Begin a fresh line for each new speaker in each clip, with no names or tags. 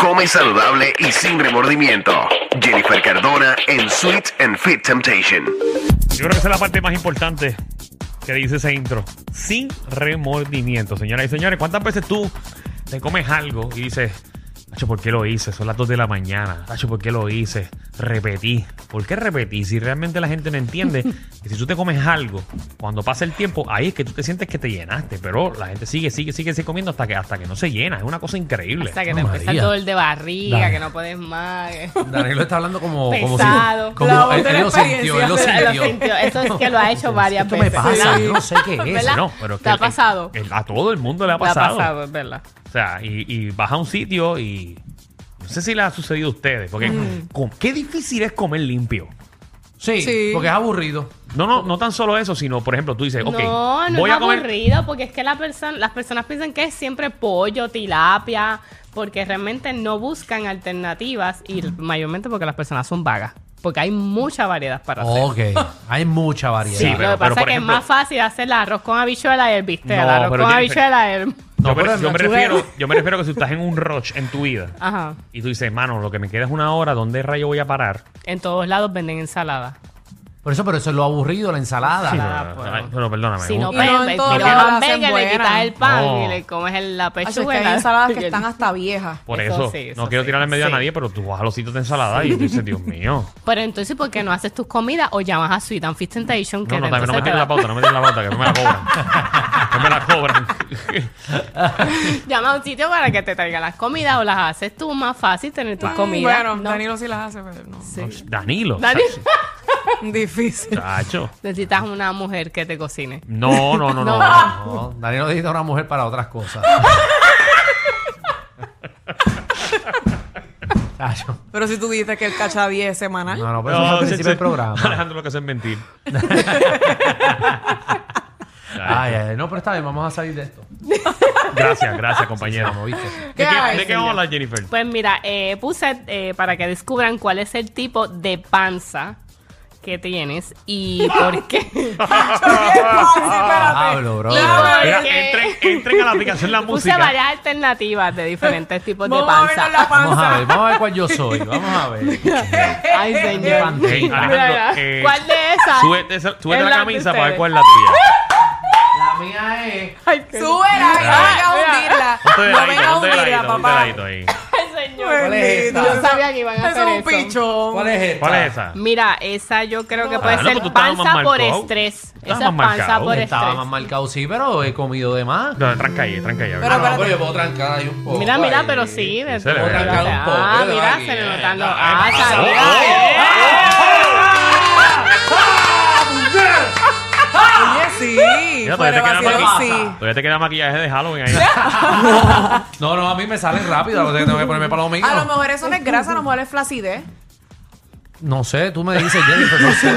Come saludable y sin remordimiento. Jennifer Cardona en Sweet and Fit Temptation.
Yo creo que esa es la parte más importante que dice ese intro. Sin remordimiento, señoras y señores. ¿Cuántas veces tú te comes algo y dices, Tacho, ¿por qué lo hice? Son las 2 de la mañana. Tacho, ¿por qué lo hice? Repetí. ¿Por qué repetí? Si realmente la gente no entiende que si tú te comes algo, cuando pasa el tiempo, ahí es que tú te sientes que te llenaste. Pero la gente sigue, sigue, sigue, sigue comiendo hasta que, hasta que no se llena. Es una cosa increíble.
O sea, que
Ah,
te empieza el
María.
dolor de barriga,
Dale.
que no puedes más. que-
Danilo está hablando como.
Pesado.
Como si,
Claro,
como él,
otra
él lo sintió, él
Lo
lo sintió.
sintió. Eso es que lo ha hecho varias
Esto me
veces.
pasa,
¿verdad?
yo no sé qué es.
¿Verdad?
No, pero es
¿Te
que
ha
el-
pasado?
el- a todo el mundo le ha
Te ha
pasado.
pasado, es verdad.
O sea, y, y vas a un sitio y no sé si les ha sucedido a ustedes, porque
Mm.
con- qué difícil es comer limpio.
Sí,
Sí.
porque es aburrido.
No, no, no tan solo eso, sino, por ejemplo, tú
Eh,
dices, ok,
no, no
voy
es
a comer...
aburrido porque es que la persona, las personas piensan que es siempre pollo, tilapia, porque realmente no buscan alternativas y mayormente porque las personas son vagas, porque hay mucha variedad para hacer.
Ok, hay mucha variedad.
Sí,
Lo que
pero-
pasa
por
es que es
ejemplo-
más fácil hacer el arroz con habichuela y el bistec, el
No,
arroz
pero
con
Jennifer-
habichuela y el...
No,
No,
pero
pero
yo me,
tú ves-
refiero, yo me refiero que si estás en un rush en tu vida
Ajá.
y tú dices, mano, lo que me queda es una hora, ¿dónde rayo voy a parar?
En todos lados venden ensalada.
Por eso, pero eso es lo aburrido, la ensalada.
Sí,
Ah,
pero,
pues.
ay, pero perdóname.
Si no,
un-
Y no en
pues,
todos
mira,
lados
van
la
Vega
hacen
le quitas
buena.
el pan
No.
y le comes el- la
Ay, es que
pechuga. y
hay
la-
ensaladas que están hasta viejas.
por
eso
eso,
sí, eso
no quiero
sí.
tirarle en medio
Sí.
a nadie, pero tú vas a los sitios de ensalada y tú dices, Dios mío.
Pero entonces, ¿por qué no haces tus comidas o llamas a Sweet and Feast Temptation?
No, no, también no
entonces
me
te
tires la
da-
pauta, no me tires la pauta, que no me la cobran. no me la cobran.
Llama a un sitio para que te traigan las comidas o las haces tú más fácil tener tus
Mm,
comidas.
Bueno,
Ah, No.
Danilo sí las hace, pero no.
Sí.
Danilo.
Danilo.
Difícil.
Chacho.
Necesitas una mujer que te cocine.
No, no, no, no.
No.
No, Danilo necesita una mujer para otras cosas. Chacho.
Pero si tú dijiste que el cacha 10 es
¿Ah?
semanal.
No, no, pero eso fue al
sí,
principio
sí.
del programa.
Alejandro lo que hace es mentir.
Ay, ay, no, pero está bien, vamos a salir de esto.
Gracias, gracias, compañero.
Como viste.
¿De qué,
¿Qué hay,
de qué vamos a hablar, Jennifer?
Pues mira, eh, puse eh, para que descubran cuál es el tipo de panza que tienes y por qué.
Pablo, bro.
Claro.
Mira,
Porque-
entren, entren a la aplicación La
Puse
Música.
varias alternativas de diferentes tipos de
Vamos a vernos
panza.
la
Vamos a
panza.
ver, vamos a ver cuál yo soy. Vamos a ver.
Ay, señor.
Ok, Alejandro, eh,
¿Cuál de esas?
Súbete, esa- súbete
Es
la
la de
camisa para ver
ustedes.
cuál es la tuya.
La mía es.
Ay, qué-
Súbela y no venga a hundirla.
Ponte de
No venga a
ladito, ponte de
hundirla,
ladito, ponte de
papá.
ladito ahí.
Ay, señor.
¿Cuál es
Bendito.
Yo
esta?
sabía que iban a
Eso
hacer
es un
eso.
pichón.
¿Cuál es esta?
¿Cuál es esa?
Mira, esa yo creo que puede
Ah, no,
ser
pues tú estabas
panza
más
por
marcado.
estrés.
Estabas
Esa es
más
panza
marcado.
por
Estaba
estrés.
más marcado, sí, pero he comido de más.
No, tranca ahí, tranca ahí. a ver.
Pero- espérate.
yo puedo trancar ahí un poco.
Mira, mira,
ahí.
pero sí. de-
se le ve.
de-
Arrancar
un poco,
Ah,
¿verdad?
mira,
Aquí,
se le
eh.
notan los...
Ah,
Ah,
ah,
salió.
Oye, sí.
Mira,
Fuera
todavía, te queda
vacilón,
maqui-
sí.
todavía te queda maquillaje de Halloween ahí.
No, no, a mí me salen rápido. Lo que tengo que ponerme para lo mío.
A lo mejor eso no es grasa, a lo mejor es flacidez.
No sé, tú me dices, Jennifer, no sé.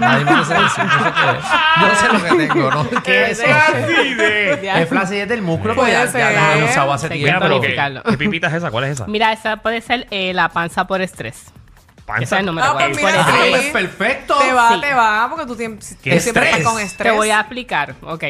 Nadie me dice eso, no sé qué es. Yo sé lo que tengo, ¿no? ¿Qué es eso?
de-
Es flacidez del músculo,
Puede
pues ya, ya
ser.
la he usado hace
Sí,
tiempo.
Mira, pero ¿qué,
Carlos.
¿qué pipita es esa? ¿Cuál es esa?
Mira, esa puede ser eh, la panza por estrés.
Panza.
Ese es el número
Ah,
cuatro.
pues mira,
Por
Ah,
sí.
estrés.
pues perfecto.
Te va,
Sí.
te va, porque tú tiemp-
¿Qué
tú siempre estás
estrés?
con
Te
estrés.
voy a explicar, ok.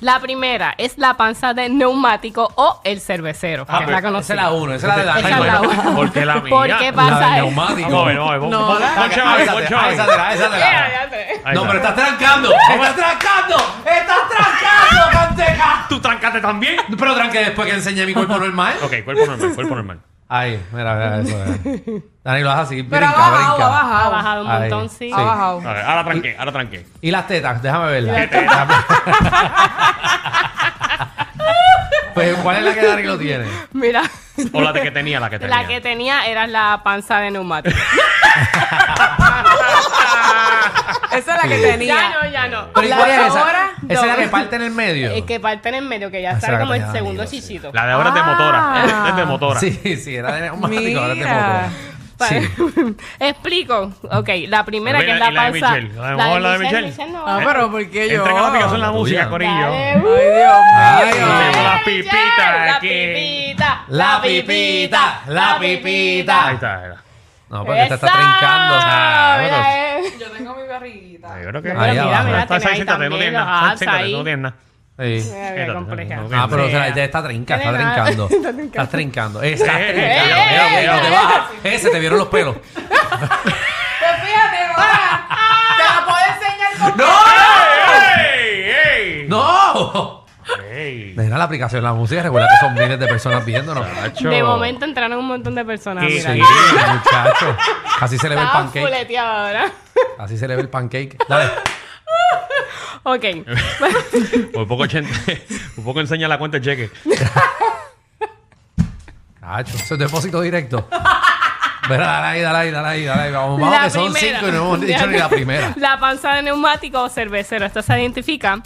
La primera es la panza de neumático o el cervecero.
Ah,
que
pero
la conocida.
esa es la uno, esa es la de
Esa
Danilo.
es la
bueno,
uno.
¿por qué la mía?
¿Por qué pasa
La del
eso?
neumático.
Vamos a ver, vamos a ver.
No,
Pon-
la-
ponche
Ah,
ahí,
esa te
ponche
la-
ahí.
esa te la- esa te la-
Ya, ya sé.
Ahí
No,
está.
pero estás trancando. ¡Estás trancando! ¡Estás trancando, manteca!
¿Tú trancaste también?
Pero tranque después que enseñé mi cuerpo normal.
Ok, cuerpo normal, cuerpo normal.
Ay, mira, mira, eso. mira. Danilo, haz así.
Pero ha
Brinca,
bajado, ha
brinca.
Ha
Ah.
bajado.
bajado un
Ahí,
montón, sí.
sí.
Ha bajado.
A ver, ahora tranqué, ahora tranqué.
Y las tetas, déjame verlas. pues, ¿cuál es la que Danilo tiene?
Mira,
O la de que tenía, la que tenía.
la que tenía era la panza de neumático.
Esa es la que
ya
tenía.
no, ya no.
Pero, ¿y
¿La
cuál
de
es esa?
ahora?
Esa Esa es la que parte en el medio.
Eh, que parte en el medio, que ya
Ah,
está
esa
como el
era
segundo
la que
chichito.
La de ahora es de motora.
Ah.
Es de motora.
Sí, sí, era de neumático, ahora te
Mira.
motor. Sí.
Explico. Ok, la primera
Pero
que es
la-
la
y la de
pausa.
Michelle. La de- vamos a hablar de Michelle.
no
Ah,
va.
pero ¿por qué yo?
Entra en la aplicación la
Tuya.
música,
La
Corillo.
de-
Ay, Dios mío.
Ay,
Dios mío.
Michelle,
la pipita
la
aquí.
pipita,
La pipita, la pipita.
Ahí está. era.
No, porque te está
Esa,
trincando.
mira,
Ah,
eh.
Yo tengo mi barriguita.
Yo creo que.
Mira, mira,
abajo.
mira,
Está-
tenés ahí
siéntate, no
también
tienes
los
nada.
hats
Siéntate,
ahí.
no tienes nada.
pero- sí.
Mira, qué
Siéntate,
compleja.
no tienes
Ah, pero o
nada.
sea, te está trinca, está
Tiene nada.
trincando.
Está trincando.
Está trincando. Está
Eh,
trincando.
eh,
Mira, mira,
eh,
mira,
eh.
te baja. Eh, se te vieron los pelos.
Pues fíjate, ahora te la puedo enseñar con
¡No!
¡Ey! ¡Ey!
¡No!
¡Ey!
Mira la aplicación de la música, recuerda que son miles de personas viéndonos.
De momento entraron un montón de personas.
Sí,
Mira,
Sí, muchacho. Así se le ve el
Estaba
pancake.
fuleteada ahora.
Así se le ve el pancake. Dale.
Ok.
Por poco, ochenta- por poco enseña la cuenta de cheque.
Cacho, eso es depósito directo. Mira, dale ahí, dale ahí, dale ahí, dale ahí. Vamos, vamos,
La
que son
primera.
cinco y no hemos dicho ni la primera.
La panza de neumático o cervecero. Esto se identifica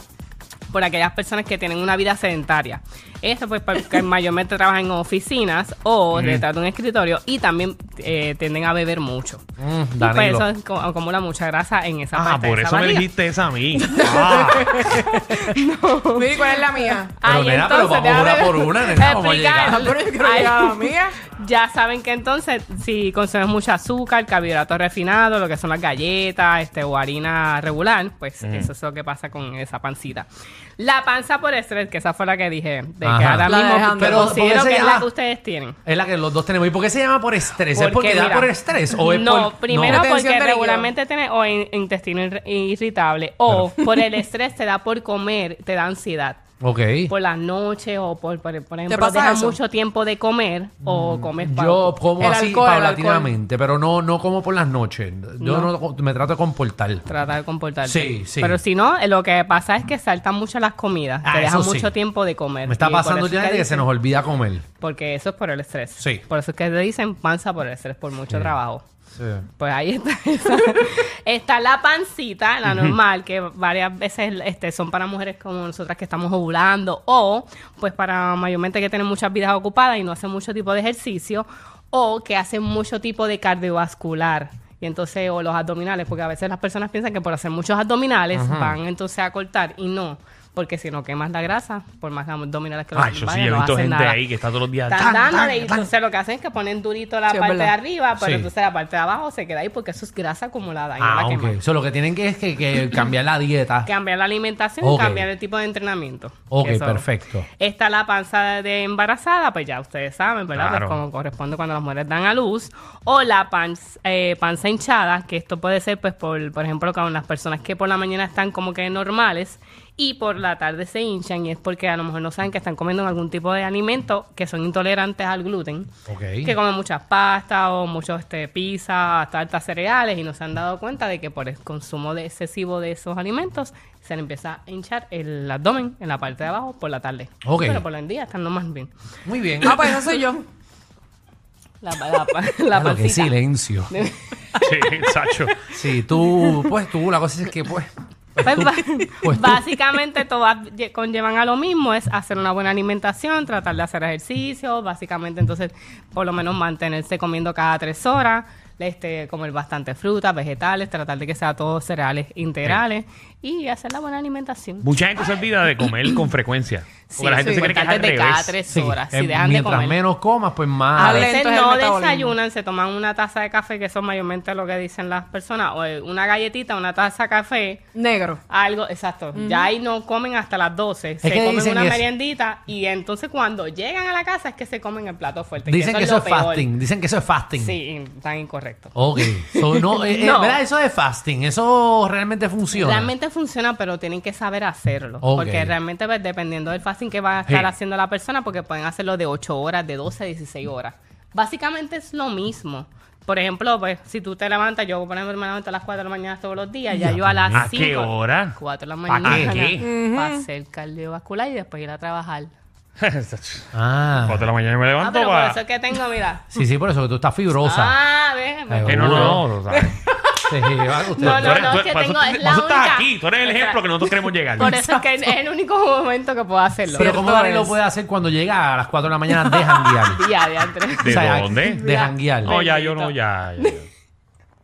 por aquellas personas que tienen una vida sedentaria. Esto pues porque mayormente trabajan en oficinas o detrás de un escritorio y también eh, tienden a beber mucho.
Mm,
Y pues
Danilo.
eso acu- acumula mucha grasa en esa
Ah,
parte
por
de esa
eso me
barriga.
dijiste esa a mí. Ah,
Mira, ¿cuál es la mía? Ah,
Pero,
Ay,
nena, pero
entonces,
vamos una
déjame
por una, nena, vamos a
explicar.
llegar.
Pero yo creo que
Ay.
la mía.
Ya saben que entonces, si consumes mucho azúcar, carbohidratos refinados, lo que son las galletas, este, o harina regular, pues eso es lo que pasa con esa pancita. La panza por estrés, que esa fue la que dije, de que
Ajá.
ahora
La de
mismo
Alejandro.
pero
Pero, ¿por
considero
qué
que
se
es
llama?
la que ustedes tienen.
Es la que los dos tenemos. ¿Y por qué se llama por estrés? ¿Es porque da
mira,
por estrés? ¿O es
no,
por-
primero
Retención de
porque
líquido.
regularmente tiene o in- intestino ir- irritable o por el estrés te da por comer, te da ansiedad.
Ok.
Por las noches o por, por, por ejemplo,
pasa
dejas
eso?
mucho tiempo de comer o comes
Mm, Yo
poco.
como
El
así
alcohol, el
paulatinamente, pero no, no como por las noches. Yo no. me trato de comportar.
Trata de comportarte.
Sí, sí.
Pero si no, eh, lo que pasa es que saltan mucho las comidas.
Ah,
te dejan
eso sí.
mucho tiempo de comer.
Me está
Y por
pasando
eso es
ya que, que se
dicen-
nos olvida comer.
Porque eso es por el estrés.
Sí.
Por eso es que te dicen panza por el estrés, por mucho trabajo.
Sí.
Pues ahí está esa. está la pancita, la normal, que varias veces este, son para mujeres como nosotras que estamos ovulando o pues para mayormente que tienen muchas vidas ocupadas y no hacen mucho tipo de ejercicio o que hacen mucho tipo de cardiovascular. Y entonces, o los abdominales, porque a veces las personas piensan que por hacer muchos abdominales van entonces a cortar y no, porque si no quemas la grasa, por más abdominales que los
Ah, yo sí
vaya,
he
no vas a
visto
hacer
gente
nada.
ahí que está todos los días. tan,
Están dándole
tan,
y
tan.
entonces lo que hacen es que ponen durito la
Sí, es
parte de
verdad.
arriba, pero
Sí.
entonces la parte de abajo se queda ahí porque eso es grasa acumulada. Y no
Ah,
la
ok.
queman.
So, lo que tienen que es que, que cambiar la dieta.
Cambiar la alimentación
Ok.
y cambiar el tipo de entrenamiento.
Ok,
Eso.
perfecto.
Está la panza de embarazada, pues ya ustedes saben, ¿verdad?
Claro.
Pues como corresponde cuando las mujeres dan a luz. O la panz- eh, panza hinchada, que esto puede ser, pues, por, por ejemplo, con las personas que por la mañana están como que normales y por la tarde se hinchan y es porque a lo mejor no saben que están comiendo algún tipo de alimento que son intolerantes al gluten.
Ok.
que comen muchas pastas o muchos este, pizzas, tartas, cereales y no se han dado cuenta de que por el consumo de excesivo de esos alimentos se le empieza a hinchar el abdomen en la parte de abajo por la tarde.
Ok.
Pero por el día están lo más bien.
Muy bien.
Ah, pues no soy yo.
La, la, la,
Claro, qué
pancita.
silencio.
Sí, Sacho.
Sí, tú, pues tú, la cosa es que, pues.
Pues, ba-
pues tú.
básicamente todas lle- conllevan a lo mismo, es hacer una buena alimentación, tratar de hacer ejercicio, básicamente entonces por lo menos mantenerse comiendo cada tres horas, este, comer bastante fruta, vegetales, tratar de que sea todos cereales integrales y hacer la buena alimentación.
Mucha gente se olvida de comer con frecuencia. Porque
Sí,
la gente
sí,
se cree que es al
importante de cada
revés.
tres
Sí,
horas,
eh,
si dejan de
mientras
comer.
menos comas, pues
A
más.
Ale-
veces
Lento es el
no
metabolismo.
desayunan, se toman una taza de café, que eso mayormente es lo que dicen las personas, o eh, una galletita, una taza de café,
Negro.
Algo, exacto. Ya ahí no comen hasta las 12. se
que
comen
dicen
una
que es-
meriendita y entonces cuando llegan a la casa es que se comen el plato fuerte.
Dicen que eso es,
lo peor.
fasting. Dicen que eso es fasting.
Sí, tan incorrecto.
Ok. So, no, eh, eh,
No.
¿verdad? Eso es fasting. Eso realmente funciona.
Realmente funciona, pero tienen que saber hacerlo.
Ok.
Porque realmente pues, dependiendo del fasting que va a estar
Sí.
haciendo la persona, porque pueden hacerlo de 8 horas, de 12 a 16 horas. Básicamente es lo mismo. Por ejemplo, pues si tú te levantas, yo por ejemplo me levanto a las 4 de la mañana todos los días, ya yo a
¿A
las 5.
qué hora?
4 de la
¿Pa'
mañana.
qué?
Para hacer cardiovascular y después ir a trabajar.
Sacho.
Ah.
Cuatro de la mañana me
Ah,
levanto
pero por
para...
eso es que tengo, mira.
Sí, sí, por eso que tú estás fibrosa.
Ah, ve.
Eh,
Eh, no, no, no. o sea,
Sí, vale, usted-
No,
Tú eres-
no,
tú-
es que
por eso-
tengo- es
por
la
eso estás
única-
aquí, tú eres el ejemplo que nosotros queremos llegar.
Por eso es que es el único momento que puedo hacerlo.
Pero ¿cómo
Cierto
Dani lo
es.
puede hacer cuando llega a las 4 de la mañana de janguear?
Ya, ya entré.
¿De
O sea,
dónde?
De janguear.
No, ya yo no, ya. ya, ya.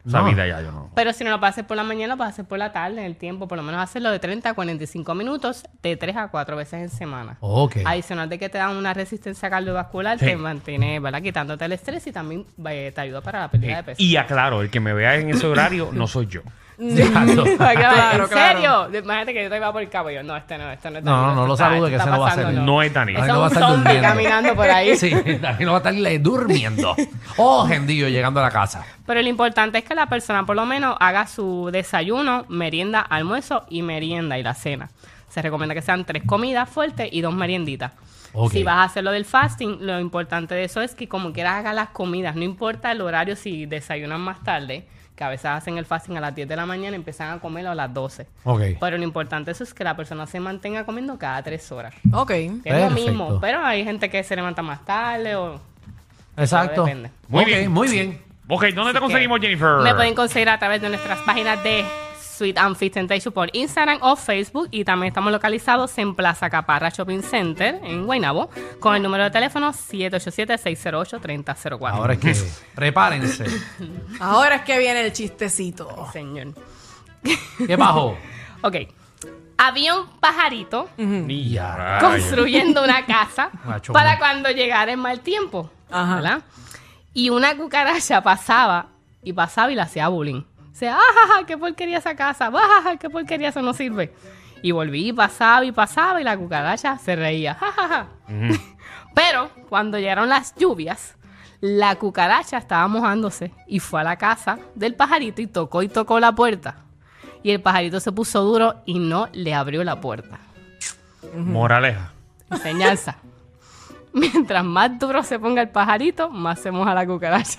Esa
No.
vida ya yo no.
Pero si no lo hacer por la mañana, lo hacer por la tarde, en el tiempo. Por lo menos hacerlo de 30 a 45 minutos, de 3 a 4 veces en semana.
Oh, Ok.
Adicional de que te dan una resistencia cardiovascular,
Sí.
te mantiene, ¿verdad? Quitándote el estrés y también eh, te ayuda para la pérdida de
Eh,
peso.
Y aclaro, el que me vea en ese horario no soy yo.
Exacto.
Para que veas,
Claro,
¿En
claro.
serio? Imagínate que yo te iba por el cabello. No, este no, este no es
No,
Danilo,
no, no
este
lo
está-
salude,
este
que
está
se lo va a hacer.
pasándolo.
No es Dani.
Ay,
Es
no va a
un
estar
zombie
durmiendo.
caminando por ahí.
Sí, Dani lo va a estar le- durmiendo. O Gendillo llegando a la casa.
Pero lo importante es que la persona por lo menos haga su desayuno, merienda, almuerzo y merienda y la cena. Se recomienda que sean tres comidas fuertes y dos merienditas.
Ok.
Si vas a hacer lo del fasting, lo importante de eso es que como quieras hagas las comidas, no importa el horario si desayunan más tarde, que a veces hacen el fasting a las 10 de la mañana y empiezan a comerlo a las 12.
Ok.
Pero lo importante eso es que la persona se mantenga comiendo cada tres horas.
Ok.
Que Es lo
Perfecto.
mismo, pero hay gente que se levanta más tarde o...
Exacto.
depende.
Muy
Muy
bien.
bien.
Muy bien.
Ok, ¿dónde te conseguimos, Jennifer?
Me pueden conseguir a través de nuestras páginas de Sweet and Fit Temptation por Instagram o Facebook y también estamos localizados en Plaza Caparra Shopping Center en Guaynabo con el número de teléfono 787-608-3004.
Ahora es que prepárense.
Ahora es que viene el chistecito.
Señor.
¿Qué bajo?
Ok. Había un pajarito
Ni ya.
construyendo una casa
Macho,
para
hombre.
cuando llegara el mal tiempo.
Ajá.
¿verdad? Y una cucaracha pasaba y pasaba y la hacía bullying. O sea, ajaja, qué porquería esa casa, ajaja, qué porquería eso no sirve. Y volví y pasaba y pasaba y la cucaracha se reía. jajaja. Pero cuando llegaron las lluvias, la cucaracha estaba mojándose y fue a la casa del pajarito y tocó y tocó la puerta. Y el pajarito se puso duro y no le abrió la puerta.
Moraleja.
Enseñanza. Mientras más duro se ponga el pajarito, más se moja la cucaracha.